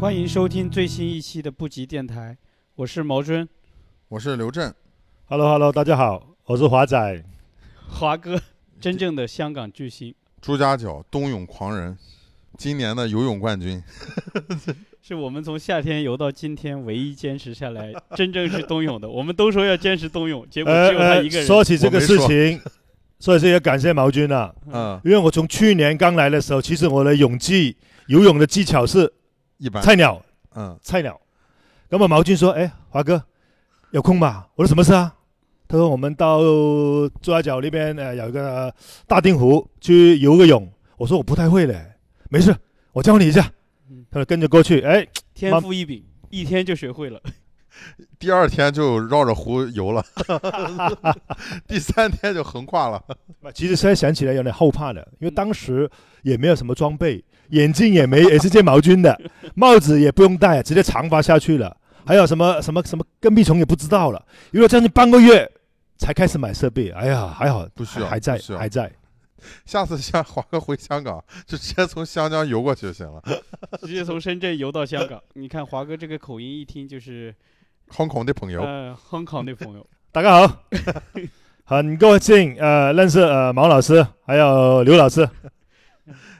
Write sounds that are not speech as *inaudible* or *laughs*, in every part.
欢迎收听最新一期的不急电台，我是毛尊，我是刘震， Hello Hello，大家好，我是华仔。华 *laughs* 哥，真正的香港巨星，朱家角冬泳狂人，今年的游泳冠军。是我们从夏天游到今天唯一坚持下来， *laughs* 真正是冬泳的。我们都说要坚持冬泳，结果只有他一个人。呃说起这个事我情，所以这也感谢毛军啊，嗯，因为我从去年刚来的时候，其实我的泳技、游泳的技巧是一般。菜鸟，嗯，菜鸟。那么毛军说：“哎，华哥，有空吧？”我说：“什么事啊？”他说：“我们到朱家角那边，呃，有一个大丁湖去游个泳。”我说：“我不太会嘞，没事，我教你一下。嗯”他说：“跟着过去。”哎，天赋异禀，一天就学会 *laughs* 了。第二天就绕着湖游了， *laughs* 第三天就横跨了。其实现在想起来有点后怕的，因为嗯当时也没有什么装备，眼镜也没， *laughs* 也是借毛巾的，帽子也不用戴，直接长发下去了。还有什么什么什么跟屁虫也不知道了，游了将近半个月才开始买设备。哎呀，还好不需要还还在不需要还在。下次像华哥回香港，就直接从湘江游过去就行了。嗯直接从深圳游到香港。你看华哥这个口音，一听就是香港的朋哎友，呃香港的朋友。大家好， *laughs* 很高兴呃认识呃毛老师还有刘老师。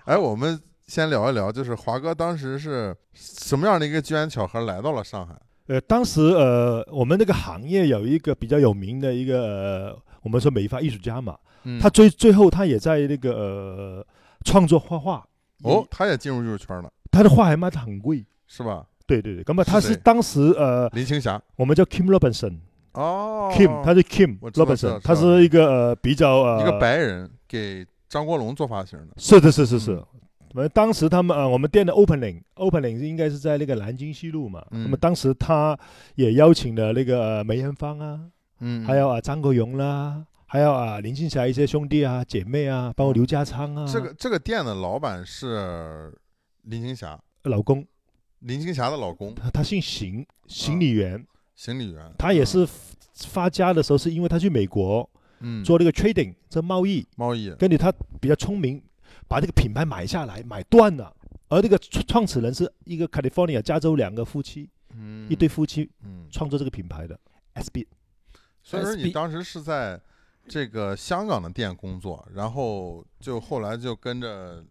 哎，我们先聊一聊，就是华哥当时是什么样的一个机缘巧合来到了上海？呃，当时呃我们这个行业有一个比较有名的一个、呃、我们说美发艺术家嘛，嗯他最最后他也在那个呃创作画画哦也，他也进入艺术圈了，他的画还卖的很贵。是吧？对对对，咁啊，是他是谁当时呃，林青霞。我们叫 Kim Robinson，Kim，、哦他是 Kim 我知道知道知道 Robinson，他是一个呃比较呃，一个白人给张国荣做发型的。是的，是是是嗯。我们当时他们呃，我们店的 opening，opening 应该是在那个南京西路嘛。嗯那么当时他也邀请了那个、呃、梅艳芳啊，嗯，还有啊张国荣啦，还有啊林青霞一些兄弟啊姐妹啊，包括刘家昌啊，这个这个店的老板是林青霞，老公林青霞的老公，他他姓邢，行李员。嗯行李员。他也是发家的时候，是因为他去美国嗯嗯做那个 trading，这贸易，贸易，跟着他比较聪明，把这个品牌买下来，买断了。而这个创创始人是一个 California 加州两个夫妻，嗯一对，夫妻嗯，创作这个品牌的 SB。所以说你 SB 当时是在这个香港的店工作，然后就后来就跟着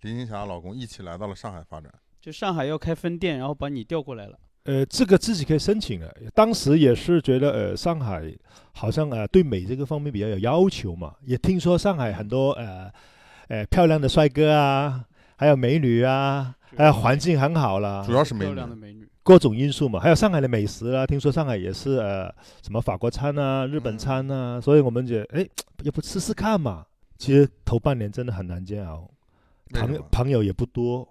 林青霞老公一起来到了上海发展。就上海要开分店，然后把你调过来了。呃，这个自己可以申请的。当时也是觉得，呃，上海好像呃对美这个方面比较有要求嘛，也听说上海很多呃呃漂亮的帅哥啊，还有美女啊，还有环境很好啦，主要是美啊漂女亮，的美女，各种因素嘛，还有上海的美食啊，听说上海也是呃什么法国餐啊、嗯日本餐啊，所以我们觉得哎，要不试试看嘛。其实头半年真的很难煎熬，为什朋么朋友也不多，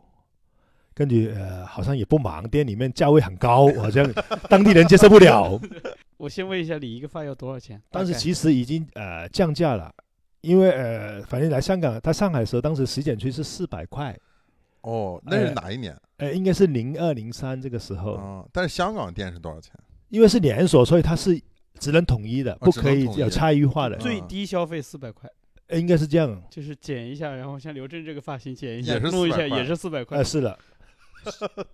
跟住呃好像也不忙，店里面价位很 *laughs* 高，好像当地人接受不了。我先问一下，理一个发要多少钱？但是大概其实已经呃降价了，因为呃反正来香港，他上海的时候当时洗剪吹是四百块，哦，那是哪一年呃应该是零二零三这个时候。啊？但是香港店是多少钱？因为是连锁，所以它是只能统一的，不可哦只能以统一有差异化的，最嗯低消费四百块，呃应该是这样。就是剪一下，然后像刘震这个发型剪一下，也是弄一下400块也是四百块呃，，是的，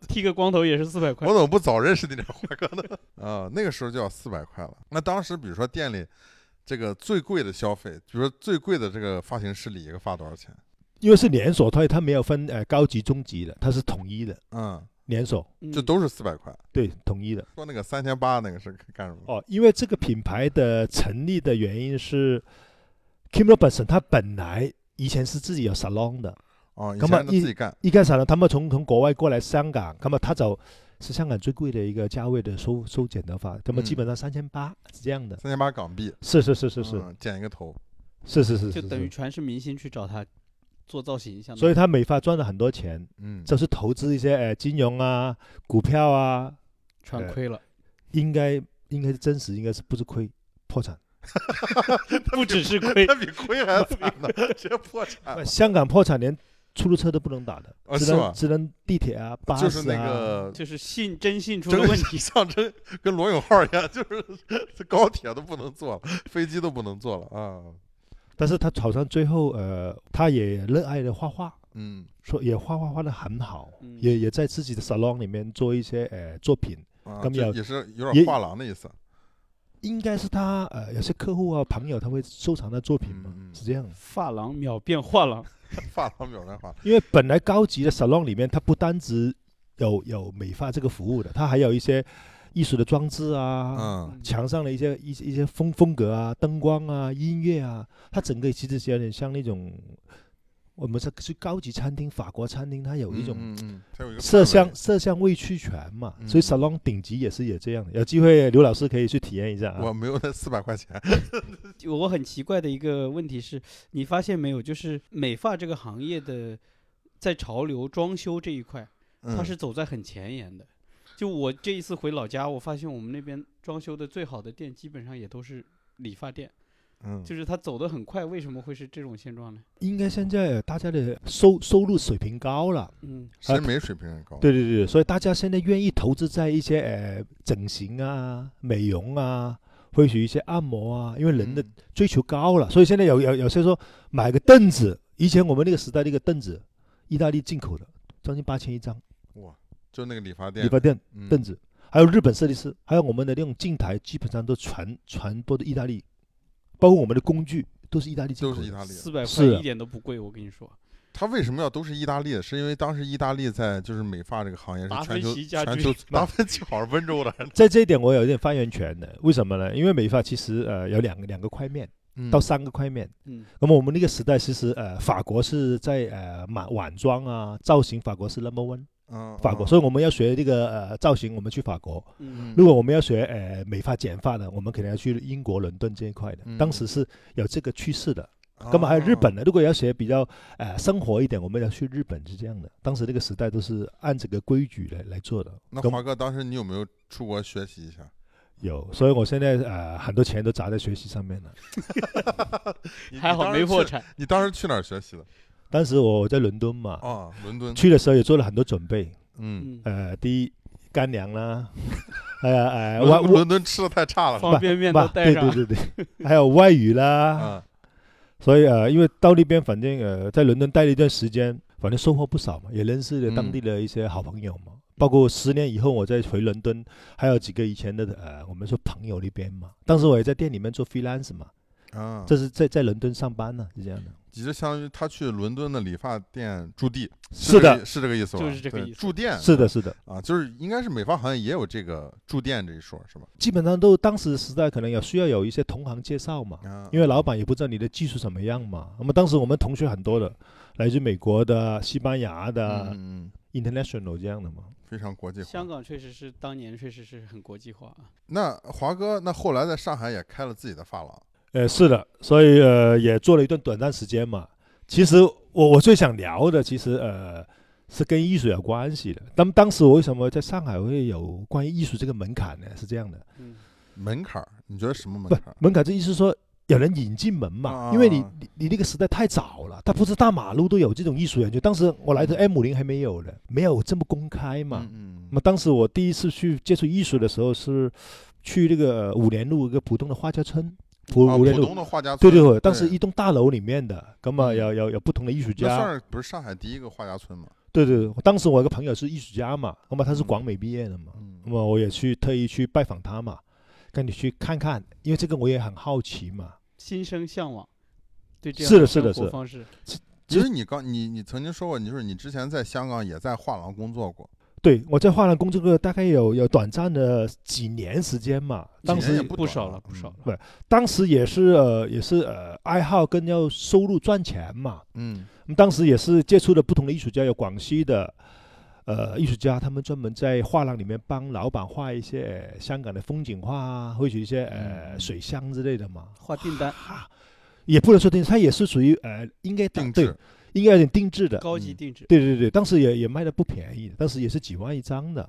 剃个光头也是四百块我。怎么不早认识你这华哥 *laughs* 呢？啊，那个时候就要四百块了。那当时比如说店里这个最贵的消费，比如说最贵的这个发型师理一个发多少钱？因为是连锁，所以它没有分呃高级、中级的，它是统一的嗯，连锁，嗯就都是四百块。对，统一的。说那个三千八那个是干什么？哦，因为这个品牌的成立的原因是 Kim Robinson 他本来以前是自己有 salon 的，哦，以根本前都自己干。一开始呢，他们从从国外过来香港，那么他就是香港最贵的一个价位的收收剪头发，那嗯么基本上三千八是这样的。三千八港币，是是是是是嗯剪一个头，是是是啊就是等于是，全是明星去找他做造型，相当于所以他美发赚了很多钱。嗯，就是投资一些呃金融啊、股票啊，全亏了，应该应该是真实，应该是不是亏破产？不只是亏，那比亏还惨 *laughs* 呢，直接破 *laughs* 产了。呃香港破产连出租车都不能打的，啊只是能吗哦只能地铁啊、巴士就啊。是那个就是信征信出真了的问是题。像真跟罗永浩一样， *laughs* 就是高铁都不能坐了，飞机都不能坐了啊。但是他好像最后呃，他也热爱了画画，嗯，说也画画画的很好，嗯也也在自己的 salon 里面做一些呃作品，啊咁这又也是有也点画廊的意思。应该是他呃有些客户啊朋友他会收藏的作品嘛，嗯嗯是这样。发廊秒变画廊， *laughs* 发廊表面画廊，因为本来高级的 salon 里面，它不单只有有美发这个服务的，它还有一些艺术的装置啊，嗯，墙上的一些一些一些风风格啊、灯光啊、音乐啊，它整个其实是有点像那种我们是去高级餐厅、法国餐厅，它有一种嗯，嗯嗯它有一个色氛香围色香味俱全嘛，嗯所以 salon 顶级也是也这样的。有机会刘老师可以去体验一下啊我。没有那四百块钱，我很奇怪的一个问题是，你发现没有，就是美发这个行业的在潮流装修这一块，它嗯是走在很前沿的。就我这一次回老家，我发现我们那边装修的最好的店，基本上也都是理发店，嗯，就是它走得很快。为什么会是这种现状呢？应该现在大家的收收入水平高了，嗯审美水平很高。对对对，所以大家现在愿意投资在一些呃整形啊、美容啊，或许一些按摩啊，因为人的嗯追求高了，所以现在有有有些说买个凳子，以前我们那个时代那个凳子，意大利进口的，将近八千一张，哇，就那个理发店，礼拜店嗯凳子，还有日本设计师，还有我们的那种镜台，基本上都传传播的意大利，包括我们的工具都是意大利进都口是意的。大利的。四百块是啊一点都不贵，我跟你说，它为什么要都是意大利的？是因为当时意大利在就是美发这个行业达是全芬球奇家全居球达芬奇好像温州的，在这一点我有一点发言权的，为什么呢？因为美发其实呃有两个两个块面嗯 *laughs* 到三个块面，嗯那么我们那个时代，其实呃，法国是在呃晚晚装啊造型，法国是 number one，嗯法国，嗯所以我们要学这个呃造型，我们去法国。嗯，如果我们要学呃美发剪发的，我们可能要去英国伦敦这一块的嗯。当时是有这个趋势的。哦嗯那么还有日本的，如果要学比较呃生活一点，我们要去日本是这样的。当时那个时代都是按这个规矩来来做的。那跟华哥当时你有没有出国学习一下？有，所以我现在呃很多钱都砸在学习上面了。哦你还好没破。产。你当时去你当时去哪儿学习的？当时我在伦敦嘛，哦啊，伦敦。去的时候也做了很多准备。嗯，嗯，呃，第一干 *laughs* 粮啦，呃呃外伦外伦敦吃的太差了。方便面不都带上，哦对对对对，还有外语啦，啊，所以呃，因为到那边反正呃，在伦敦待了一段时间，反正收获不少嘛，也认识了当地的一些好朋友嘛。包括十年以后我再回伦敦，还有几个以前的呃，我们说朋友那边嘛。当时我也在店里面做 freelance 嘛，啊，这是在在伦敦上班呢，是这样的。你就相当于他去伦敦的理发店驻地，是这个的意，，是这个意思吧？就是这个对意思驻店是的，是的，啊，就是应该是美发行业也有这个驻店这一说，是吧？基本上都当时时代可能有需要有一些同行介绍嘛。啊，因为老板也不知道你的技术怎么样嘛。那么当时我们同学很多的，来自美国的、西班牙的、嗯，嗯 international 这样的嘛。非常国际化。香港确实是当年确实是很国际化啊。那华哥，那后来在上海也开了自己的发廊，呃，是的，所以呃也做了一段短暂时间嘛。其实我我最想聊的，其实呃是跟艺术有关系的。那么当时我为什么在上海会有关于艺术这个门槛呢？是这样的，嗯，门槛儿，你觉得什么门不槛儿？门槛这意思说。有人引进门嘛？因为你啊你你那个时代太早了，他不是大马路都有这种艺术园区。当时我来的 M 五零还没有呢，没有这么公开嘛。嗯那么当时我第一次去接触艺术的时候是去那个呃五莲路一个浦东的花家村，浦啊，五浦莲路，东的画家对村，对对，当时一栋大楼里面的，那么嗯有有有不同的艺术那算家，是不是上海第一个画家村嘛？对对对，当时我有个朋友是艺术家嘛，那么他是嗯广美毕业的嘛，嗯那么我也去特意去拜访他嘛，跟你去看看，因为这个我也很好奇嘛，心生向往，对这样是的是的生活是方式，其实你刚你你曾经说过，你说你之前在香港也在画廊工作过，对我在画廊工作过大概有有短暂的几年时间嘛，当几时年也不不短啊少了了，不少了。当时也是呃也是呃爱好跟要收入赚钱嘛，嗯那么当时也是接触了不同的艺术家，有广西的呃艺术家，他们专门在画廊里面帮老板画一些、呃香港的风景画啊，或许一些呃嗯水乡之类的嘛。画订单，哈，也不能说定制，它也是属于呃应该打定对制，应该有点定制的。高级嗯定制，对对对，当时也也卖的不便宜，当时也是几万一张的。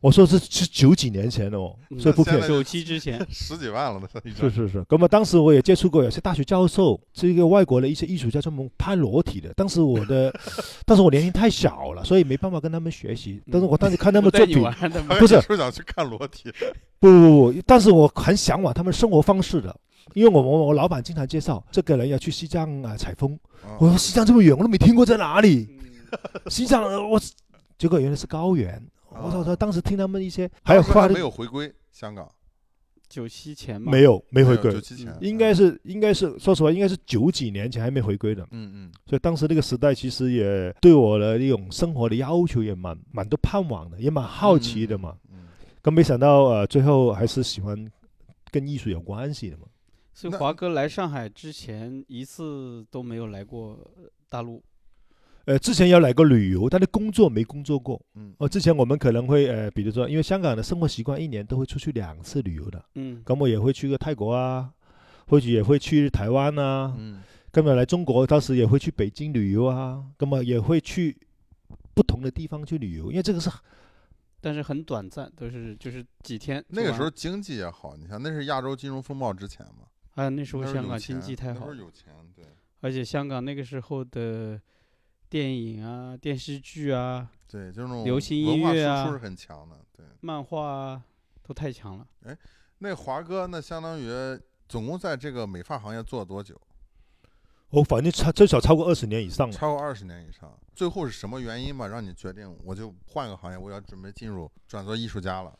我说是是九几年前的哦，嗯所以不便宜那。九七之前十几万了，那一是张是是，那么当时我也接触过有些大学教授，这个外国的一些艺术家专门拍裸体的。当时我的，但是我年龄太小了，所以没办法跟他们学习。但是我当时看他不们带作你品，玩，他们 *laughs* 不是说想去看裸体，不不不，但是我很向往他们生活方式的，因为我我我老板经常介绍这个人要去西藏啊采风，啊我说西藏这么远，我都没听过在哪里。嗯西藏呃我结果原来是高原，我操！啊他当时听他们一些，还有当时夸还的没有回归香港，九七前嘛，没有没回九归，七前嗯应该是应该是说实话，应该是九几年前还没回归的。嗯嗯所以当时那个时代其实也对我的那种生活的要求也蛮蛮多盼望的，也蛮好奇的嘛。，嗯嗯可没想到呃，最后还是喜欢跟艺术有关系的嘛。所以那华哥来上海之前一次都没有来过呃大陆，呃，之前有来过旅游，但是工作没工作过。嗯哦，之前我们可能会呃，比如说，因为香港的生活习惯，一年都会出去两次旅游的。嗯，咁我也会去个泰国啊，或许也会去台湾啊。嗯根本来中国，当时也会去北京旅游啊，那么也会去不同的地方去旅游，因为这个是但是很短暂，都是就是几天就那完了。个时候经济也好，你看那是亚洲金融风暴之前嘛，啊，那时那候时候香有港钱经济太好那了时，候有钱，对而且香港那个时候的电影啊、电视剧啊、对，就是那种流行文音化乐输啊出是很强的，对。漫画啊，都太强了。那华哥那相当于总共在这个美发行业做了多久？我、反正超最少超过二十年以上了。超过二十年以上。最后是什么原因吧，让你决定我就换个行业，我要准备进入转做艺术家了？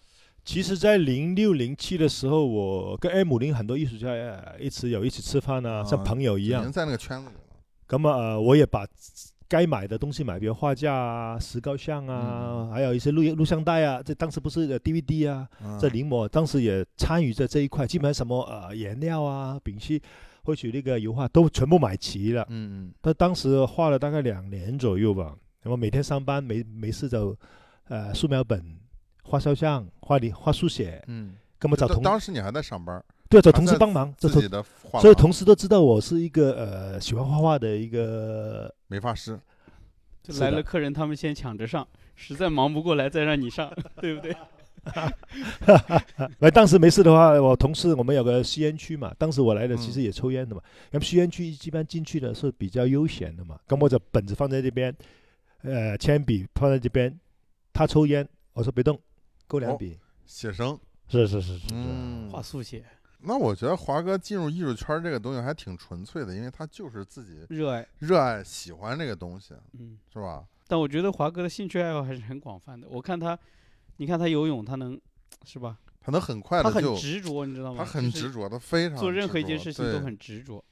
其实，在零六零七的时候，我跟 M 零很多艺术家呃一直有一起吃饭啊，啊像朋友一已样经。在那个圈子里了。咁啊、呃我也把该买的东西买，比如画架啊、石膏像啊，嗯还有一些录录像带啊。这当时不是呃 DVD 啊，嗯在临摹，当时也参与在这一块，基本上什么呃颜料啊、丙烯，或许那个油画都全部买齐了。嗯他当时画了大概两年左右吧，然后每天上班没没事就，呃，素描本、画肖像、画里画速写，嗯嗯，根本找就同当时你还在上班，对找还同事在帮忙，这自同己的画所以廊同事都知道我是一个呃喜欢画画的一个，美发师，就是来的了客人，他们先抢着上，实在忙不过来再让你上，对不对？来呃当时没事的话，我同事我们有个吸烟区嘛，当时我来的嗯其实也抽烟的嘛，那么吸烟区一般进去的是比较悠闲的嘛，跟我的本子放在这边，呃，铅笔放在这边，他抽烟，我说别动，勾两哦笔，写生。是是是是是。嗯画速写，那我觉得华哥进入艺术圈这个东西还挺纯粹的，因为他就是自己热爱，热爱、喜欢这个东西，嗯。是吧？但我觉得华哥的兴趣爱好还是很广泛的。我看他，你看他游泳，他能，是吧？他能很快他的很就，执着，你知道吗？他很就是执着，他非常做任执何一件着事情都啊对很执着，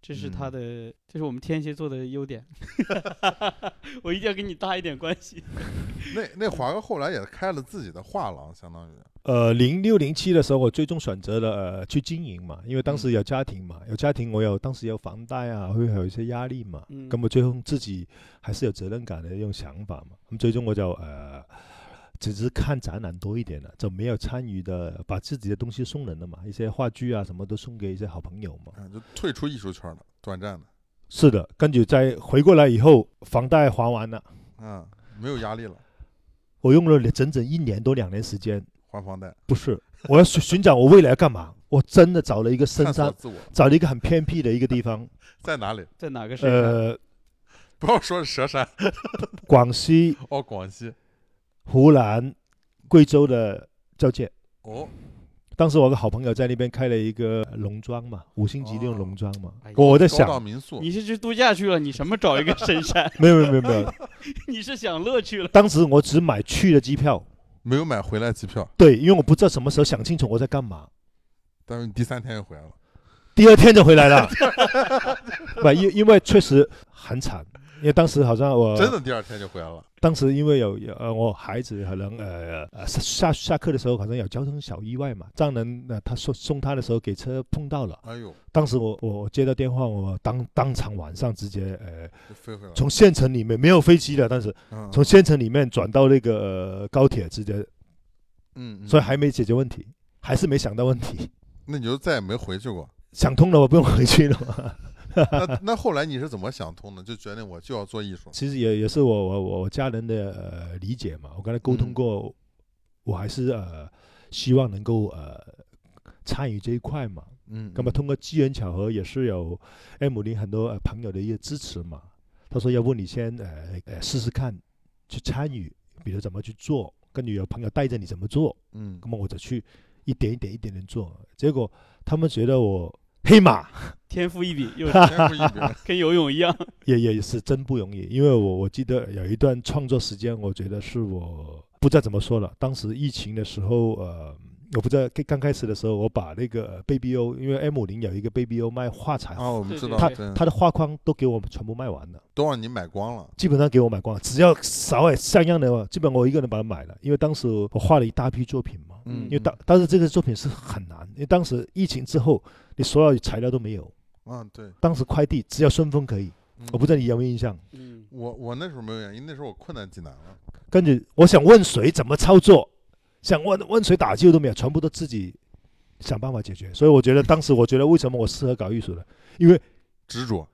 这是他嗯的，这是我们天蝎座的优 *laughs* 点。我一定要跟你搭一点关系。那那华哥后来也开了自己的画廊，相当于，呃，零六零七的时候，我最终选择了呃去经营嘛，因为当时有家庭嘛，有家庭，我有当时有房贷啊，会有一些压力嘛。嗯那，么最后自己还是有责任感的一种想法嘛。那么最终我就呃，只是看展览多一点了，就没有参与的，把自己的东西送人了嘛，一些话剧啊什么都送给一些好朋友嘛。嗯，就退出艺术圈了，短暂的，是的，跟住再回过来以后，房贷还完了，嗯，没有压力了，我用了整整一年多两年时间，还房贷，不是， *laughs* 我要寻寻找我未来要干嘛。我真的找了一个深探索山自我找了一个很偏僻的一个地 *laughs* 方，在哪里？在哪个身上？呃，不要说是佘山广西、哦，广西湖南、贵州的交界。哦，当时我有个好朋友在那边开了一个农庄嘛，五星级那种农庄嘛。哎呀我在高想，档民宿，你是去度假去了？你什么找一个深山？ *laughs* *laughs* 没有没有没有没有，你是享乐去了？当时我只买去的机票，没有买回来机票，对，因为我不知道什么时候想清楚我在干嘛，但是你第三天就回来了，第二天就回来了。不，因因为确实很惨，因为当时好像我真的第二天就回来了，当时因为有有呃，我孩子可能呃呃下下下课的时候好像有交通小意外嘛，丈人呃他送送他的时候给车碰到了。哎呦，当时我我我接到电话，我当当场晚上直接呃就飞回来了，从县城里面没有飞机的，当时嗯从县城里面转到那个、呃、高铁直接，嗯，嗯所以还没解决问题，还是没想到问题， *laughs* 那你就再也没回去过。想通了我不用回去了 *laughs* 嘛。那那后来你是怎么想通的？就决定我就要做艺术，其实也也是我我我我家人的呃理解嘛，我跟他沟通嗯过，我还是呃希望能够呃参与这一块嘛。嗯，那么通过机缘巧合，也是有 M 零很多呃朋友的一个支持嘛。他说，要不你先呃呃试试看，去参与，比如怎么去做，跟你有朋友带着你怎么做， *laughs* 嗯，那么我就去一点一点一点点做。结果他们觉得我黑马 *laughs* 天赋异禀，又是天赋异禀，跟游泳一 *laughs* 样。也也是真不容易，因为我我记得有一段创作时间，我觉得是我不知道怎么说了。当时疫情的时候，呃，我不知道刚刚开始的时候，我把那个呃 Baby O，因为 M 五零有一个 Baby O 卖画材，啊，我们知道，他对他的画框都给我们全部卖完了。都让你买光了。基本上给我买光了，只要稍微像样的话，基本我一个人把它买了。因为当时我画了一大批作品嘛，嗯，因为当当时这个作品是很难，因为当时疫情之后，你所有材料都没有，嗯，对，当时快递只有顺丰可以，嗯我不知道你有没有印象。嗯，我我那时候没有原因，那时候我困在济南了。跟住我想问谁怎么操作，想问问谁打救都没有，全部都自己想办法解决。所以我觉得当时我觉得为什么我适合搞艺术呢？因为执着，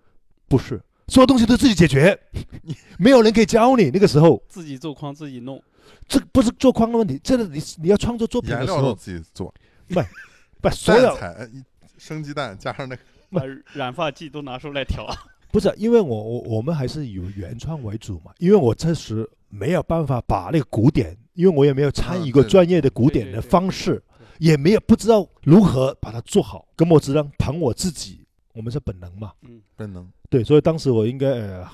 不是所有东西都自己解决， *laughs* 没有人可以教你。那个时候，自己做框自己弄，这不是做框的问题，这个你你要创作作品颜的时料都候，自己做，把所蛋有彩呃一生鸡蛋加 *laughs* 上那个，把染发剂都拿出来调。不是因为我我我们还是以原创为主嘛，因为我确实没有办法把那个古典，因为我也没有参与过嗯对专业的古典的方式，也没有不知道如何把它做好，咁我只能凭我自己，我们是本能嘛，嗯，本能。对，所以当时我应该呃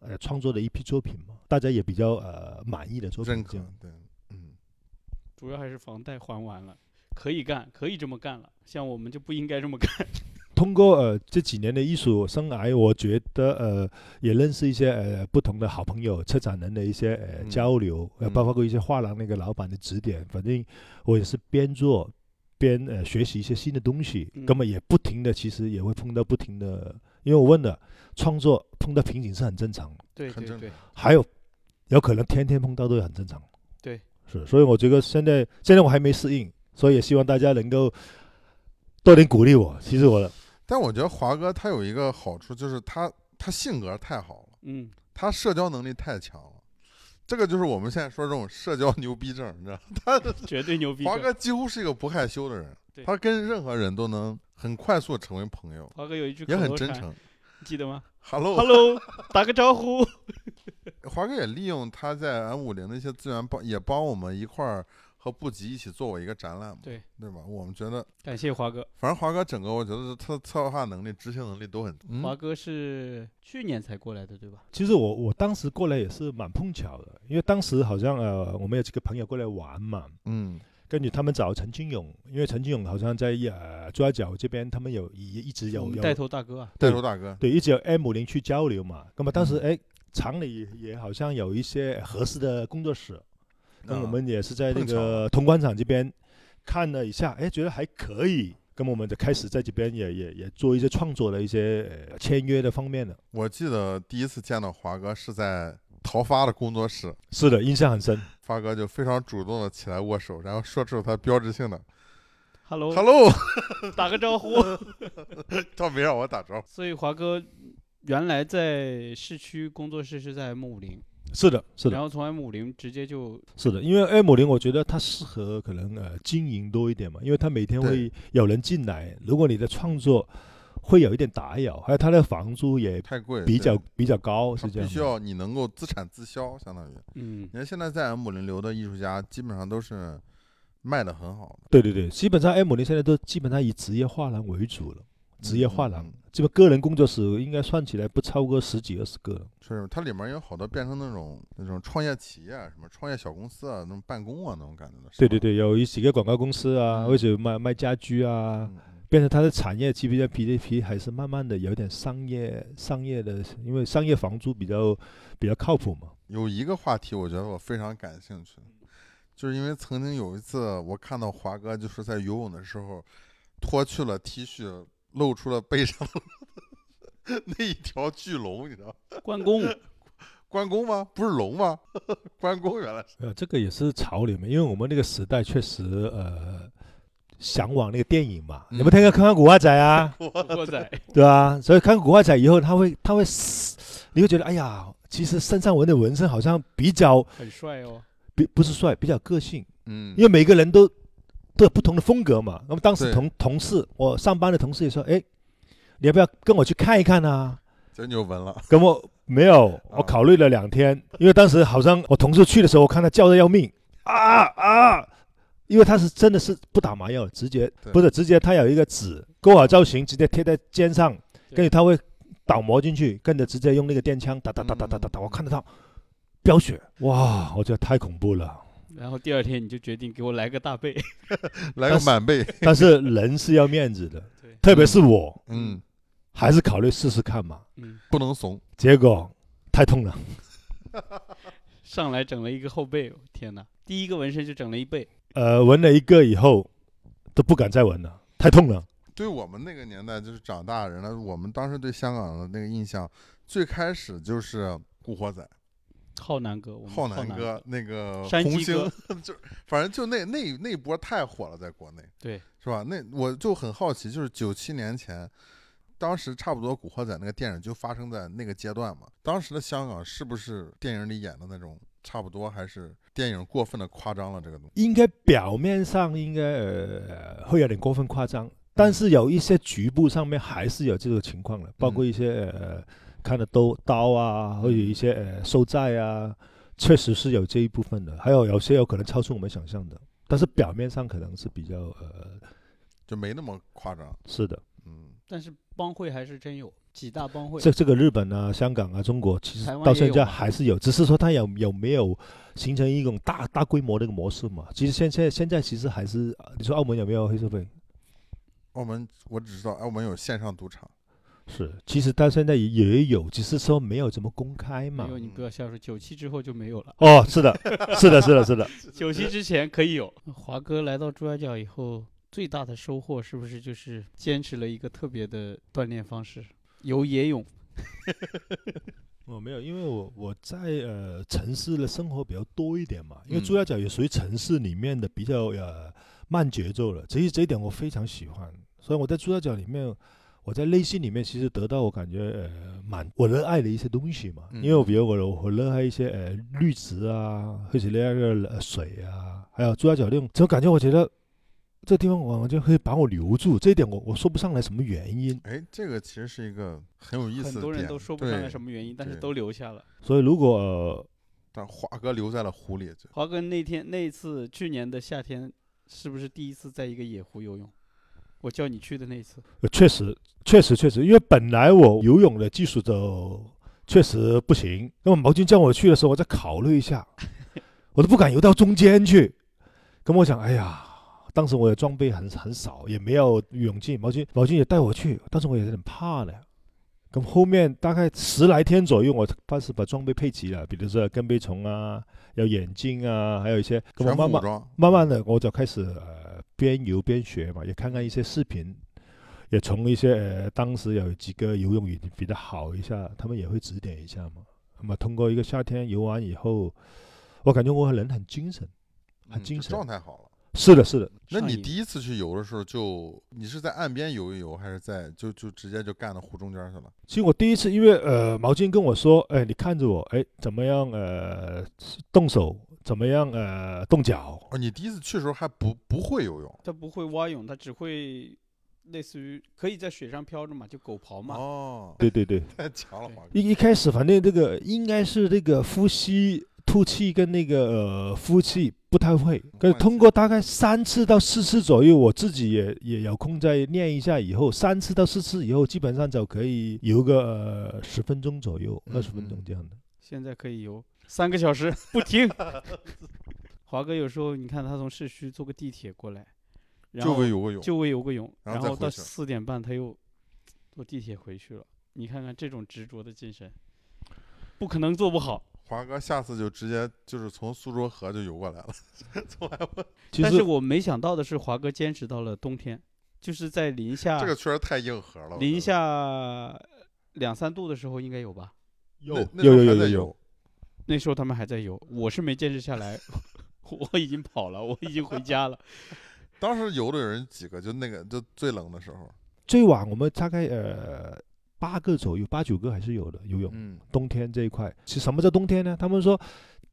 呃创作了一批作品嘛，大家也比较呃满意的作认品，可这样，对，嗯， *laughs* 主要还是房贷还完了，可以干，可以这么干了。像我们就不应该这么干。通过呃这几年的艺术生涯，我觉得呃也认识一些呃不同的好朋友、策展人的一些呃、嗯交流，呃嗯包括一些画廊那个老板的指点。反正我也是边做边呃学习一些新的东西嗯，那么也不停的，其实也会碰到不停的，因为我问了，创作碰到瓶颈是很正常的，对很对正对常，。还有有可能天天碰到都很正常。对，是，所以我觉得现在现在我还没适应，所以也希望大家能够多点鼓励我。其实我但我觉得华哥他有一个好处，就是他他性格太好了，嗯，他社交能力太强了。这个就是我们现在说这种社交牛逼症，你知道吗？他绝对牛逼。华哥几乎是一个不害羞的人对，他跟任何人都能很快速成为朋友，华哥有一句也口很头真禅，诚。记得吗 *laughs* Hello，？Hello，打个招呼。华哥也利用他在 M 五零的一些资源帮，也帮我们一块儿和布吉一起做过一个展览嘛，对对吧？我们觉得，感谢华哥，反正华哥整个我觉得他的策划能力、执行能力都很，嗯华哥是去年才过来的，对吧？其实我我当时过来也是蛮碰巧的，因为当时好像呃，我们有几个朋友过来玩嘛，嗯跟住他们找陈金勇，因为陈金勇好像在呃珠三角这边，他们有一一直我有们有带头大哥啊。嗯带头大哥，对一直有 M 五零去交流嘛，那么当时嗯哎厂里也好像有一些合适的工作室，那啊我们也是在那碰巧个了铜广场这边看了一下，哎，觉得还可以。那么我们就开始在这边也也也做一些创作的一些呃签约的方面的，我记得第一次见到华哥是在桃发的工作室，是的，印象很深。发哥就非常主动的起来握手，然后说出他标志性的 Hello， “hello”， *laughs* 打个招呼。倒没让我打招 *laughs* 呼。所以华哥原来在市区工作室是在 M 五零，是的，是的然，后从 M 五零直接就是的，因为 M 零我觉得它适合可能呃经营多一点嘛，因为它每天会有人进来，如果你的创作会有一点打扰，还有它的房租也太贵，比较对比较高，他是这必样须的。要你能够资产自销，相当于嗯你看现在在 M 零流的艺术家，基本上都是卖的很好的，对对对，基本上 M 零现在都基本上以职业画廊为主了，职业画廊嗯嗯，这个个人工作室应该算起来不超过十几二十个了。是它里面有好多变成那种那种创业企业啊，什么创业小公司啊，那种办公啊那种感觉的。是对吧对，对，有一几个广告公司啊，嗯或者卖卖家居啊，嗯嗯变成它的产业基本上 P 皮还是慢慢的有点商业商业的，因为商业房租比较比较靠谱嘛。有一个话题，我觉得我非常感兴趣，就是因为曾经有一次，我看到华哥就是在游泳的时候，脱去了 T 恤，露出了背上的 *laughs* 那一条巨龙，你知道？关公舞关公吗？不是龙吗？ *laughs* 关公原来是。呃，这个也是潮流嘛，因为我们那个时代确实呃向往那个电影嘛，嗯你们听过看看《古惑仔》 *laughs* 啊，过仔，对吧？所以看《古惑仔》以后，他会他会嘶，你会觉得哎呀，其实身上纹的纹身好像比较很帅哦。比不是帅，比较个性，嗯因，为每个人都都有不同的风格嘛。那么当时对同同事，我上班的同事也说，哎，你要不要跟我去看一看啊？这你就闻了。跟我没有，我啊考虑了两天，因为当时好像我同事去的时候，我看他叫的要命啊啊，一因为他是真的是不打麻药，直接对不是直接他有一个纸勾好造型，直接贴在肩上，对跟住他会倒模进去，跟着直接用那个电枪打打打打打打打，我看得到飙血，哇，我觉得太恐怖了。然后第二天你就决定给我来个大背，来但个是满背，但是人是要面子的对，特别是我，嗯，还是考虑试试看嘛。嗯，不能怂。结果太痛了， *laughs* 上来整了一个后背，我天哪！第一个纹身就整了一背，呃，纹了一个以后都不敢再纹了，太痛了。对我们那个年代，就是长大人了，我们当时对香港的那个印象，最开始就是《古惑仔》浩南哥，我们浩浩南哥哥，那个山红鸡星哥， *laughs* 就反正就那那那一波太火了，在国内对，是吧？那我就很好奇，就是九七年前，当时差不多《古惑仔》那个电影就发生在那个阶段嘛。当时的香港是不是电影里演的那种差不多，还是电影过分的夸张了这个东西？应该表面上应该呃会有点过分夸张，但是有一些局部上面还是有这个情况的，包括一些呃看的刀刀啊，或者一些呃受债啊，确实是有这一部分的，还有有些有可能超出我们想象的，但是表面上可能是比较呃就没那么夸张，是的，嗯，但是帮会还是真有几大帮会，这这个日本啊、香港啊、中国其实台湾到也有现在嘛还是有，只是说它有有没有形成一种大大规模的一个模式嘛？其实现在现在其实还是呃你说澳门有没有黑社会？澳门我只知道澳门有线上赌场，是，其实到现在也也有，只是说没有怎么公开没嘛有。你不要瞎说，九七之后就没有了，哦，是的，是的，是的，是的，九七之前可以有。嗯华哥来到朱家角以后，最大的收获是不是就是坚持了一个特别的锻炼方式，游野泳？我哦没有，因为我我在呃城市的生活比较多一点嘛，因为嗯朱家角也属于城市里面的比较呃慢节奏了，其实这一点我非常喜欢，所以我在朱家角里面，我在内心里面其实得到我感觉呃满我热爱的一些东西嘛，因为我比如我我热爱一些呃绿植啊，或者热爱个呃水啊，还有朱家角那种，就感觉我觉得。这地方我我就可以把我留住，这一点我我说不上来什么原因，哎，这个其实是一个很有意思的很多人点都说不上来对什么原因，但是对都留下了。所以如果、呃但华哥留在了湖里，就华哥那天那一次去年的夏天，是不是第一次在一个野湖游泳？我叫你去的那一次，呃，确实，确实，确实，因为本来我游泳的技术都确实不行，那么毛军叫我去的时候，我再考虑一下，我都不敢游到中间去。跟我讲，哎呀，当时我的装备很很少，也没有游泳镜，毛军毛军也带我去，当时我也有点怕呢。咁后面大概十来天左右，我开始把装备配齐了，比如说跟背虫啊，有眼镜啊，还有一些，咁我全副慢武慢装，嗯慢慢的我就开始呃边游边学嘛，也看看一些视频，也从一些呃当时有几个游泳员比较好一下，他们也会指点一下嘛。那么通过一个夏天游完以后，我感觉我人很精神。很啊嗯就精神状态好了。是的，是的，那上你瘾第一次去游的时候就，你是在岸边游一游，还是在就就直接就干到湖中间去了？其实我第一次，因为呃，毛巾跟我说，哎，你看着我，哎，怎么样？呃，动手怎么样？呃，动脚。哦，你第一次去的时候还不不会游泳他不会蛙泳，他只会类似于可以在水上飘着嘛，就狗刨嘛。哦，对对对，太强了，华哥。一一开始，反正这个应该是这个呼吸、吐气跟那个呃呼气不太会，可是通过大概三次到四次左右，我自己也也有空再练一下，以后三次到四次以后，基本上就可以游个呃十分钟左右，嗯二十分钟这样的。现在可以游三个小时不停。华哥有时候你看他从市区坐个地铁过来，然就后会游个泳，就为游个泳，然后然再后回到去了四点半他又坐地铁回去了。你看看这种执着的精神，不可能做不好。华哥下次就直接就是从苏州河就游过来了，从来不其但是实我没想到的是，华哥坚持到了冬天，就是在零下这个确实太硬核了。我觉零得啊下两三度的时候应该有吧？那那时有候有还有在有游有，那时候他们还在游，我是没坚持下来， *laughs* 我已经跑了，我已经回家 *laughs* 了。当时游的人几个，就那个就最冷的时候，最晚我们大概呃八个左右，八九个还是有的游泳。嗯，冬天这一块，其实什么叫冬天呢？他们说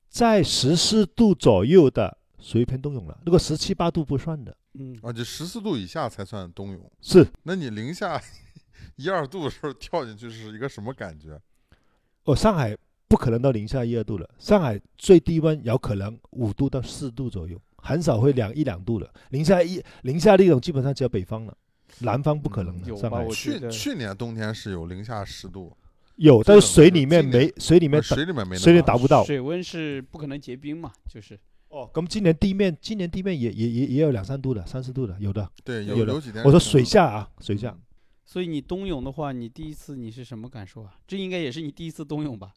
在十四度左右的属于偏冬泳了，如果十七八度不算的。嗯，啊，就十四度以下才算冬泳。是，那你零下一二度的时候跳进去是一个什么感觉？哦，上海不可能到零下一二度了，上海最低温有可能五度到四度左右，很少会两一两度的，零下一零下那种基本上只有北方了，南方不可能嗯的。有吧上海我觉去得去年冬天是有零下十度，有，但是这水种里面今年没水里面呃水里面没那水里么达不到水温是不可能结冰嘛，就是哦，咁今年地面今年地面也也也也有两三度的，三四度的有的。对有有的有几天我说是水冷下啊，水的下，所以你冬泳的话，你第一次你是什么感受啊？这应该也是你第一次冬泳吧？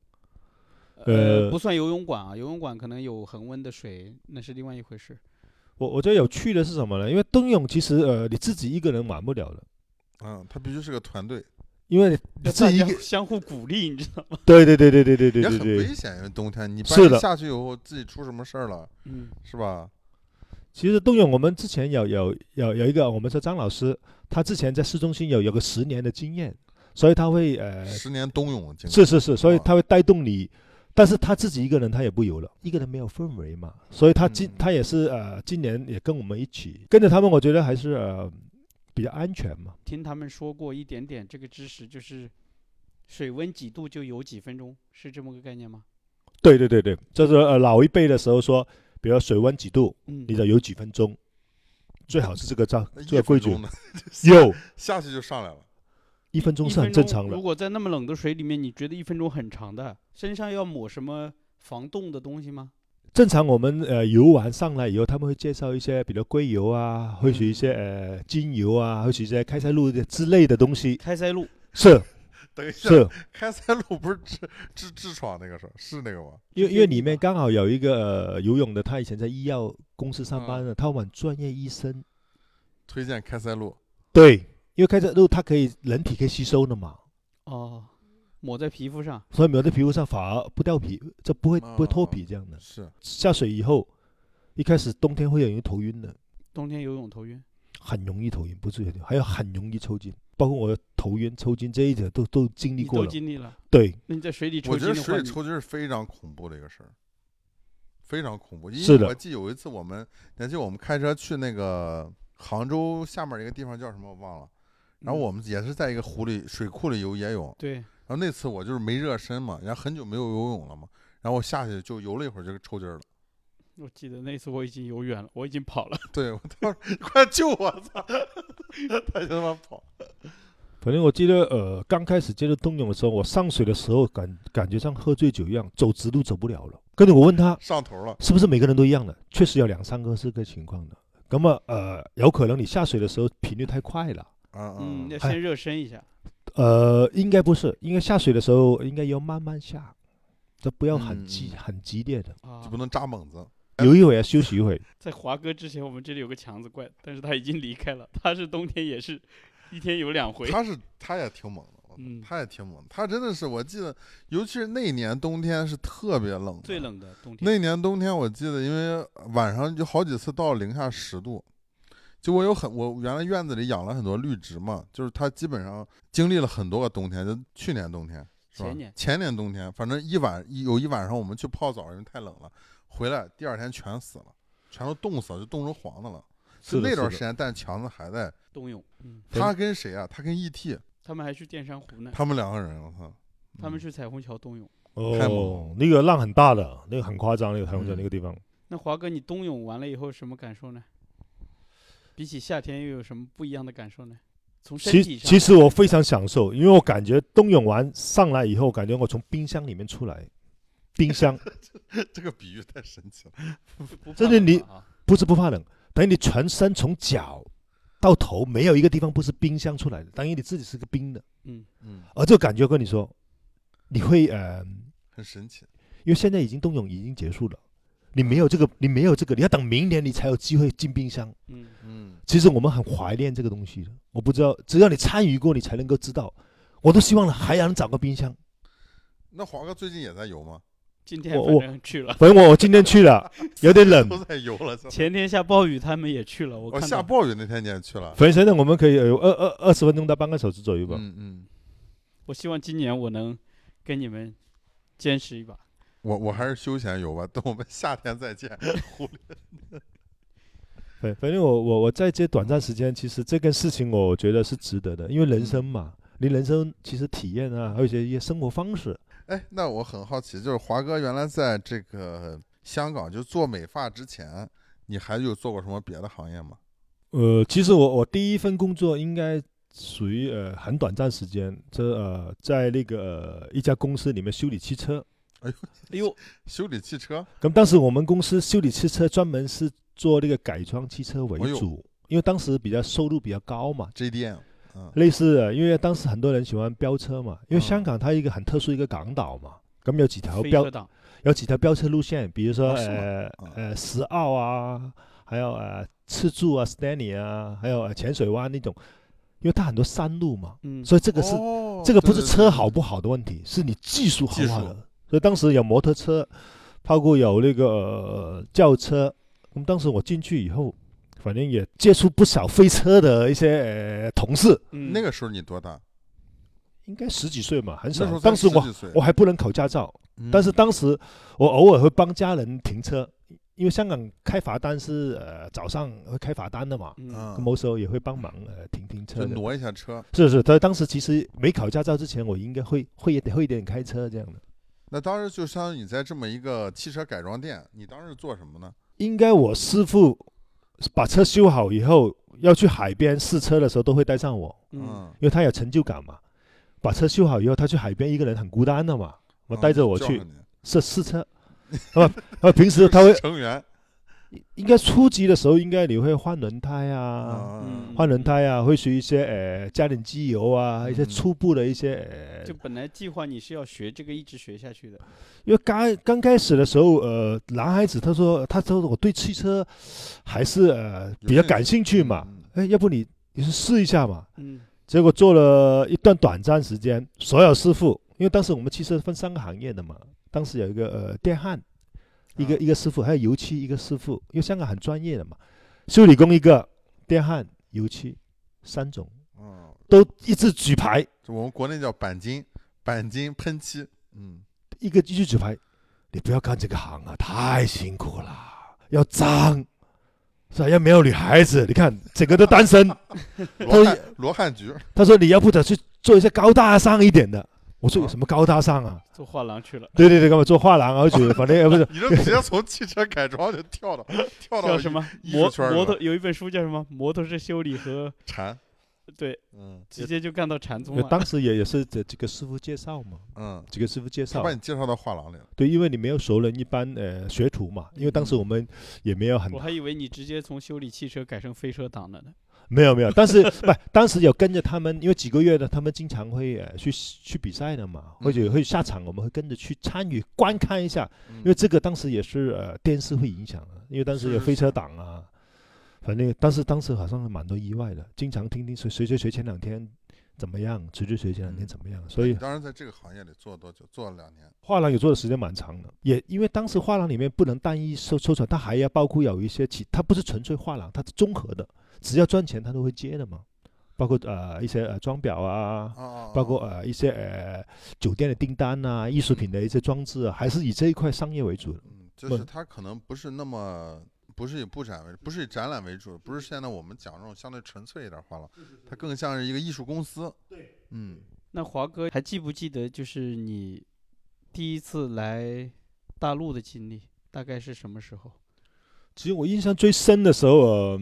呃不算游泳馆啊，游泳馆可能有恒温的水，那是另外一回 *laughs* 事。我我觉得有趣的是什么呢？因为冬泳其实呃你自己一个人玩不了的，嗯，它必须是个团队，因为你自己一大个家相互鼓励，你知道吗？ *laughs* 对对对对对对对也对很对危。险。因为冬天你是万一的下去以后自己出什么事儿了，嗯，是吧？其实冬泳我们之前有有有有一个我们说张老师，他之前在市中心有有个十年的经验，所以他会呃十年冬泳的经历是是是，所以哇他会带动你，但是他自己一个人他也不游了，一个人没有氛围嘛，所以他今、嗯他也是呃，今年也跟我们一起跟着他们，我觉得还是呃比较安全嘛。听他们说过一点点这个知识，就是水温几度就游几分钟，是这么个概念吗？对对对对，就是呃老一辈的时候说，比如说水温几度，嗯你得游几分钟，最好是这个照那这哎呃一个规分矩钟，呢， *laughs* 有下去就上来了。一分钟一是很分正钟常的如。果在那么冷的水里面，你觉得一分钟很长的，身上要抹什么防冻的东西吗？正常我们呃游完上来以后，他们会介绍一些，比如硅油啊，或许一些呃精油啊，或许一些开塞露的之类的东西，开塞露，是等一下，是。开塞露不是痔痔痔疮那个事儿，是那个吗？因为就因为建议里面吧刚好有一个、呃、游泳的，他以前在医药公司上班的，他往专业医生。推荐开塞露，对，因为开塞露它可以人体可以吸收的嘛，哦，抹在皮肤上。所以抹在皮肤上反而不掉皮，这不会不会脱哦皮这样的。是下水以后，一开始冬天会有人头晕的，冬天游泳头晕，很容易头晕，不是有点还有很容易抽筋，包括我头晕、抽筋这一点都都经历你过都了。经历了。对，那你在水里抽我觉筋得的水话，里你抽筋是非常恐怖的一个事儿，非常恐怖。因是为的我记得有一次我们，你还记得我们开车去那个杭州下面一个地方叫什么我忘了，然后嗯我们也是在一个湖里水库里游野泳，对然后那次我就是没热身嘛，然后很久没有游泳了嘛，然后我下去就游了一会儿就抽筋儿了。 *laughs* 我记得那次我已经游远了，我已经跑了。对我当时快救我！操，他就他妈跑。反正我记得呃，刚开始接触冬泳的时候，我上水的时候感感觉像喝醉酒一样，走直路走不了了。跟着我问他，上头了，是不是每个人都一样的？确实有两三个是个情况的。那么呃，有可能你下水的时候频率太快了。啊 *laughs* 嗯，要哎先热身一下。呃，应该不是，应该下水的时候应该要慢慢下，这不要很嗯激、嗯很激烈的，啊就不，能扎猛子。游一会儿要休息一会儿。在华哥之前，我们这里有个强子怪，但是他已经离开了。他是冬天也是，一天有两回。他是他也挺猛的，我嗯他也挺猛的。他真的是，我记得，尤其是那年冬天是特别冷，最。冷的冬天，那年冬天我记得，因为晚上有好几次到零下十度。就我有很，我原来院子里养了很多绿植嘛，就是它基本上经历了很多个冬天，就去年冬天。是吧前年前年冬天，反正一晚一有一晚上我们去泡澡，因为太冷了，回来第二天全死了，全都冻死了，就冻成黄的了。是的那段是时的间，但强子还在。冬泳，嗯，他跟谁啊？他跟 E.T. 他们还去电山湖呢，他们两个人，我操！嗯他们是去彩虹桥冬泳。太哦猛，那个浪很大的，那个很夸张，那个台湾嗯那个地方。那华哥，你冬泳完了以后什么感受呢？比起夏天又有什么不一样的感受呢？从身其体上，其实我非常享受，因为我感觉冬泳完上来以后，感觉我从冰箱里面出来，冰箱 *laughs* 这个比喻太神奇了。就不怕真的冷你了啊不是不怕冷，等于你全身从脚到头没有一个地方不是冰箱出来的，等于你自己是个冰的。嗯，嗯，而这个感觉，我跟你说，你会呃，很神奇。因为现在已经冬泳已经结束了，你没有这个，你没有这个，你要等明年你才有机会进冰箱。嗯，嗯，其实我们很怀念这个东西的，我不知道，只要你参与过，你才能够知道。我都希望还能找个冰箱。那华哥最近也在游吗？今天我反我正去了，反正我我今天去了，有点冷，都在游了。操前天下暴雨，他们也去了。我哦，看下到暴雨那天你也去了。反正现在我们可以有二二二十分钟到半个小时左右吧。嗯嗯，我希望今年我能跟你们坚持一把。我我还是休闲游吧，等我们夏天再见。狐狸反、反正我我我在这短暂时间，其实这件事情我觉得是值得的，因为人生嘛，你人生其实体验啊，还有一些一些生活方式，哎，那我很好奇，就是华哥原来在这个香港就做美发之前，你还有做过什么别的行业吗？呃，其实我我第一份工作应该属于呃很短暂时间，这呃在那个、呃、一家公司里面修理汽车。哎呦，修理汽车？咁当时我们公司修理汽车专门是做那个改装汽车哎为呦主，因为当时比较收入比较高嘛， JDM，嗯，类似的，因为当时很多人喜欢飙车嘛，因为嗯香港它一个很特殊一个港岛嘛，咁有几条嗯飞飙车党，有几条飙车路线，比如说、哦是吗呃嗯呃石澳啊，还有呃赤柱啊、Stanley 啊，还有呃浅水湾那种，因为它很多山路嘛，嗯，所以这个是、哦这个不是对对车对好不好的问题，是你技术好技不好术的。所以当时有摩托车，包括有那个、呃、轿车。那么当时我进去以后，反正也接触不少飞车的一些、呃、同事，嗯那个时候你多大？应该十几岁嘛，很那时少候。当时才我十几岁我还不能考驾照，嗯但是当时我偶尔会帮家人停车，因为香港开罚单是呃早上会开罚单的嘛，嗯嗯，某时候也会帮忙呃停停车就的。挪一下车。是是，他当时其实没考驾照之前，我应该会会一点会一点开车这样的。那当时就相当于你在这么一个汽车改装店，你当时做什么呢？应该我师傅把车修好以后，要去海边试车的时候都会带上我，啊嗯，因为他有成就感嘛。把车修好以后，他去海边一个人很孤单的嘛，我嗯带着我叫去上你试试车。啊啊，平时他会 *laughs* 成员应该初级的时候，应该你会换轮胎啊，嗯嗯换轮胎啊，会学一些呃加点机油啊，一些嗯初步的一些呃就本来计划你是要学这个一直学下去的，因为刚刚开始的时候，呃，男孩子他说他说我对汽车还是呃有比较兴感兴趣嘛，嗯哎，要不你你去试一下嘛？嗯结果做了一段短暂时间，所有师傅，因为当时我们汽车分三个行业的嘛，当时有一个呃电焊，一个、啊一个师傅，还有油漆一个师傅，因为香港很专业的嘛，修理工一个，电焊、油漆三种嗯，都一字举牌，就我们国内叫钣金，钣金喷漆，嗯，一个一句举牌，你不要干这个行啊，太辛苦了，要脏，是吧？要没有女孩子，你看整个都单身。罗汉罗汉局，他说你要不得去做一些高大上一点的。我说啊有什么高大上啊？做画廊去了，对对对，干嘛做画廊啊？而且反正也不是你这直接从汽车改装就跳 *laughs* 到跳到叫什么艺摩术圈儿摩是吧托有一本书叫什么摩托车修理和禅，对，嗯直接就干到禅宗呃了。当时也也是这这个师傅介绍嘛，嗯，这个师傅介他绍把，你介绍到画廊里了，对，因为你没有熟人，一般呃学徒嘛，因为当时我们也没有很我还以为你直接从修理汽车改成飞车党了呢。没有没有，但是不，当时有跟着他们，因为几个月呢，他们经常会呃去去比赛的嘛，或者会下场，我们会跟着去参与观看一下，嗯因为这个当时也是呃电视会影响的，因为当时有飞车党啊，反正但是当时好像蛮多意外的，经常听听谁谁谁谁前两天怎么样，谁谁谁前两天怎么样，所你以当时在这个行业里做了多久？做了两年，画廊也做的时间蛮长的，也因为当时画廊里面不能单一收收藏，它还要包括有一些其，它不是纯粹画廊，它是综合的，只要赚钱它都会接的嘛，包括呃一些呃装裱啊，啊，包括呃一些呃酒店的订单啊，艺术品的一些装置啊，还是以这一块商业为主的。嗯，就是不它可能不是那么，不是以布展为，不是以展览为主，不是现在我们讲这种相对纯粹一点儿画廊，它更像是一个艺术公司。对，嗯，那华哥还记不记得，就是你第一次来大陆的经历，大概是什么时候？其实我印象最深的时候，呃，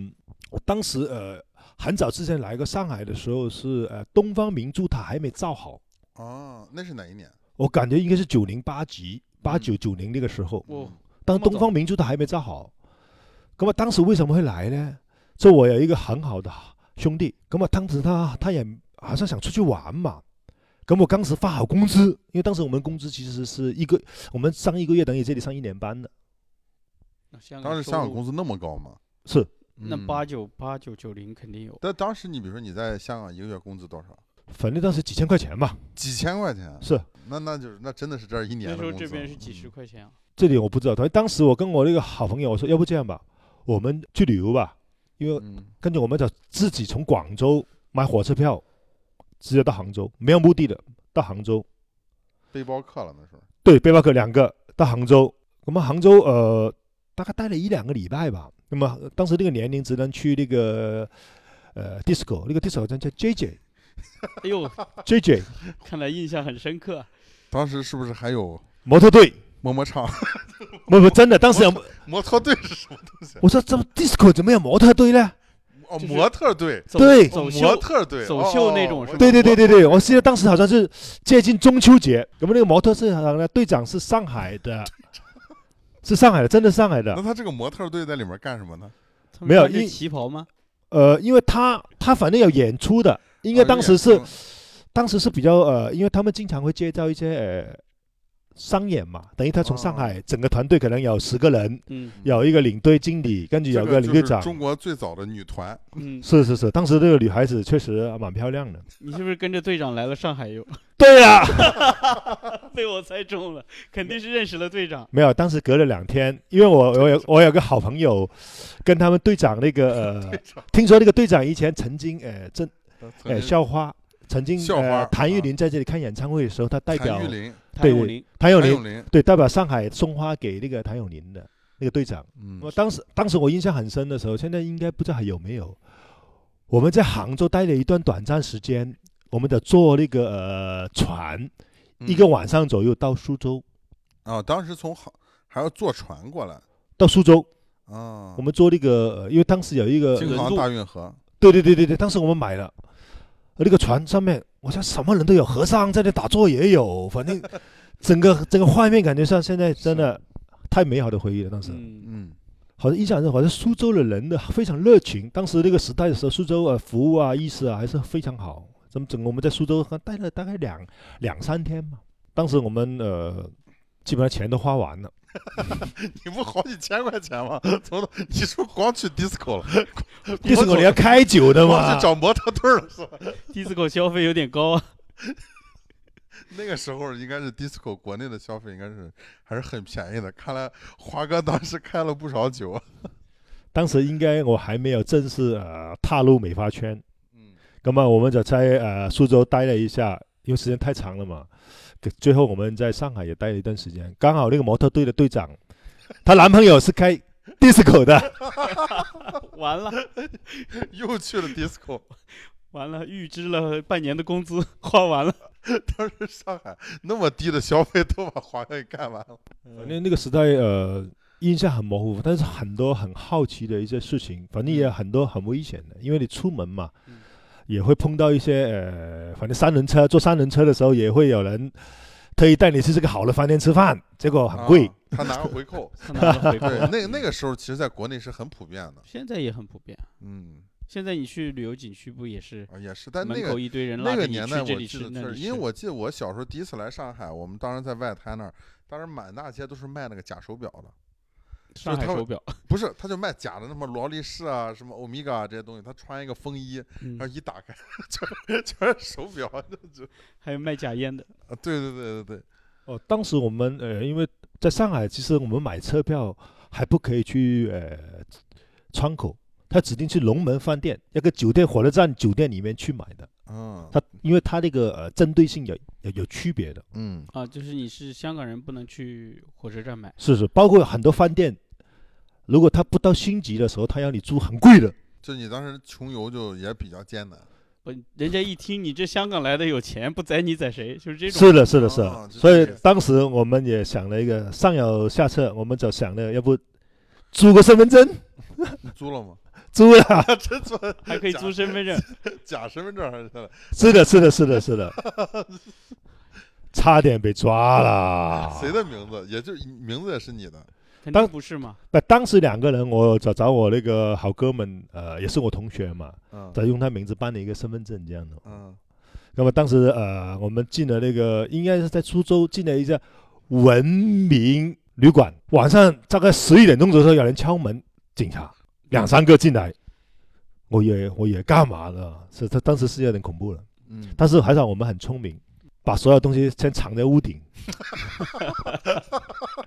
我当时呃很早之前来过上海的时候是呃东方明珠塔还没造好，哦，那是哪一年？我感觉应该是九零八级八九九零那个时候。我嗯当嗯这么东早方明珠它还没造好，咁啊，当时为什么会来呢？这我有一个很好的兄弟，咁啊，当时他他也好像想出去玩嘛，咁我当时发好工资，因为当时我们工资其实是一个我们上一个月等于这里上一年班的，那香港当时收香港入工资那么高吗？是那嗯八九八九九零肯定有，但当时你比如说你在香港一个月工资多少？反正当时几千块钱嘛，几千块钱？是那那就是那真的是这儿一年那的时工候资了。这边是几十嗯块钱啊。这里我不知道。反正当时我跟我那个好朋友我说，要不这样吧，我们去旅游吧，因为嗯跟着我们就自己从广州买火车票，直接到杭州，没有目的的到杭州。背包客了那时候。对，背包客两个到杭州，我们杭州呃大概待了一两个礼拜吧。那么呃当时那个年龄只能去那个呃 disco，那个 disco 好像叫 JJ 哎呦， JJ 看来印象很深刻啊。当时是不是还有模特队，摸 *laughs* 摸唱，不不，真的，当时有摩托队是什么东西？我说这 disco 怎么有模特队呢？哦，就是模特队，走对走哦秀模特队，走哦秀哦那种是吧对对对对我对，我记得当时好像是接近中秋节，我们那个模特市场的队长是上海 *laughs* 的，是上海的，真的上海的那。他这个模特队在里面干什么呢？他们没有穿着一旗袍吗？呃，因为他他反正有演出的，应啊该当时是、当时是比较呃，因为他们经常会接到一些呃商演嘛，等于他从上海整个团队可能有十个人，嗯有一个领队经理，跟住有有个领队长。中国最早的女团，嗯，是是是，当时这个女孩子确实蛮漂亮的。你是不是跟着队长来了上海游？ *laughs* 对呀、被我猜中了，肯定是认识了队长。没有，当时隔了两天，因 *laughs* 为我我有我有个好朋友，跟他们队长那个 *laughs* 呃长，听说那个队长以前曾经呃曾曾 *laughs* 呃经校花，曾经校花呃谭啊咏麟在这里看演唱会的时候，他代表谭玉麟，谭对咏麟，谭咏谭麟咏麟，对代表上海送花给那个谭咏麟的那个队长。嗯我当时当时我印象很深的时候，现在应该不知道还有没有。我们在杭州待了一段短暂时间，我们得坐那个呃船，一个嗯晚上左右到苏州，啊，当时从杭还要坐船过来到苏州啊，我们坐那个，呃因为当时有一个京轮杭渡大运河，对对对对对，当时我们买了，那个船上面，我想什么人都有，和尚在那打坐也有，反正 *laughs* 整个整个画面感觉上现在真的太美好的回忆了。当时嗯，嗯，好像印象中，好像苏州的人的非常热情。当时那个时代的时候，苏州呃服务啊、意识啊还是非常好。咱们整个我们在苏州呃待了大概两两三天嘛，当时我们呃基本上钱都花完了。 *laughs* 你不好几千块钱吗？ *laughs* 从头你说光去 disco *laughs* 了，第四个你光要开酒的光嘛 *laughs* 去，找模特队了 *laughs* 是吧？ d i s 消费有点高啊。 *laughs* 那个时候应该是 disco 国内的消费应该是还是很便宜的，看来华哥当时开了不少酒。当时应该我还没有正式呃踏入美发圈，嗯，那么我们就在呃苏州待了一下，因为时间太长了嘛。可最后我们在上海也待了一段时间，刚好那个模特队的队长，她男朋友是开 disco 的，完了 *laughs* 又去了 disco。完了，预支了半年的工资花完 *laughs* 了。当时上海那么低的消费都把华哥给干完了。反正那个时代呃印象很模糊，但是很多很好奇的一些事情，反正也很多很危险的，因为你出门嘛嗯，。也会碰到一些呃，反正三轮车坐三轮车的时候也会有人特意带你去这个好的饭店吃饭，结果很贵。啊他拿个回扣他拿了回扣 *laughs* 对，那那个时候其实在国内是很普遍 *laughs* 的。现在也很普遍。啊嗯，现在你去旅游景区不也是啊也是，但那门口个一堆人那拉着个你年去代我这里记吃得那确里实，吃？因为我记得我小时候第一次来上海，我们当时在外滩那儿，当时满大街都是卖那个假手表的。上海他们手 *laughs* 表，不是，他就卖假的，什么劳力士啊，什么欧米伽啊这些东西。他穿一个风衣，嗯然后一打开，全全是手表。就还有卖假烟的。 *laughs* 啊，对对对对对，哦，当时我们呃，因为在上海，其实我们买车票还不可以去呃窗口，他指定去龙门饭店那个酒店火车站酒店里面去买的。嗯，他因为他那个呃针对性有有有区别的，嗯，啊，就是你是香港人，不能去火车站买。是是，包括很多饭店，如果他不到星级的时候，他要你住很贵的。就你当时穷游就也比较艰难。不，人家一听你这香港来的有钱，不宰你宰谁？就是这种。是的，是的，是哦的。就是所以这个当时我们也想了一个上有下策，我们就想了，要不租个身份证，你租了吗？ *laughs* 租了。真租还可以租身 *laughs* 份证，假身份证还是啥的？是的，是的，是的，是的，差点被抓啊了。谁的名字？也就名字也是你的。肯定当不是嘛。不，当时两个人，我找找我那个好哥们，呃，也是我同学嘛，嗯他用他名字办了一个身份证这样的。嗯，那么当时呃，我们进了那个，应该是在苏州进了一家文明旅馆，晚上大概十一点钟的时候，有人敲门，警察两三个进来，我也我也干嘛了？是他当时是有点恐怖了。嗯， *laughs* 但是还好我们很聪明，把所有东西先藏在屋 *laughs* 顶。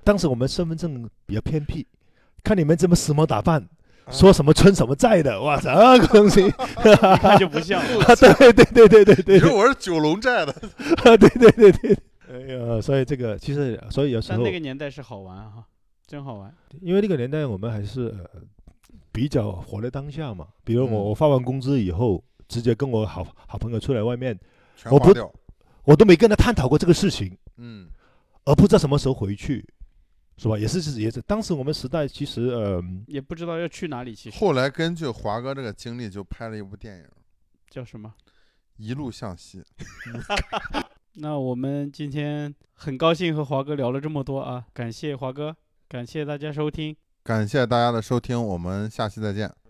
当时我们身份证比较偏僻，看你们这么时髦打扮，说什么村什么寨的，哇，这个东 *laughs* 西，一看就不像。对对对对对你对说我是九龙寨的，对对对对。哎呀，所以这个其实，所以有时但候那，个年代是好玩哈、真好玩。因为那个年代我们还是、呃、比较活在当下嘛。比如我、嗯我发完工资以后，直接跟我好好朋友出来外面，全我划不掉。我都没跟他探讨过这个事情，嗯，而不知道什么时候回去。是吧？也是是也是，当时我们时代其实呃也不知道要去哪里，其实后来根据华哥这个经历，就拍了一部电影《叫什么？一路向西》。 *laughs* 那我们今天很高兴和华哥聊了这么多啊，感谢华哥，感谢大家收听。感谢大家的收听，我们下期再见。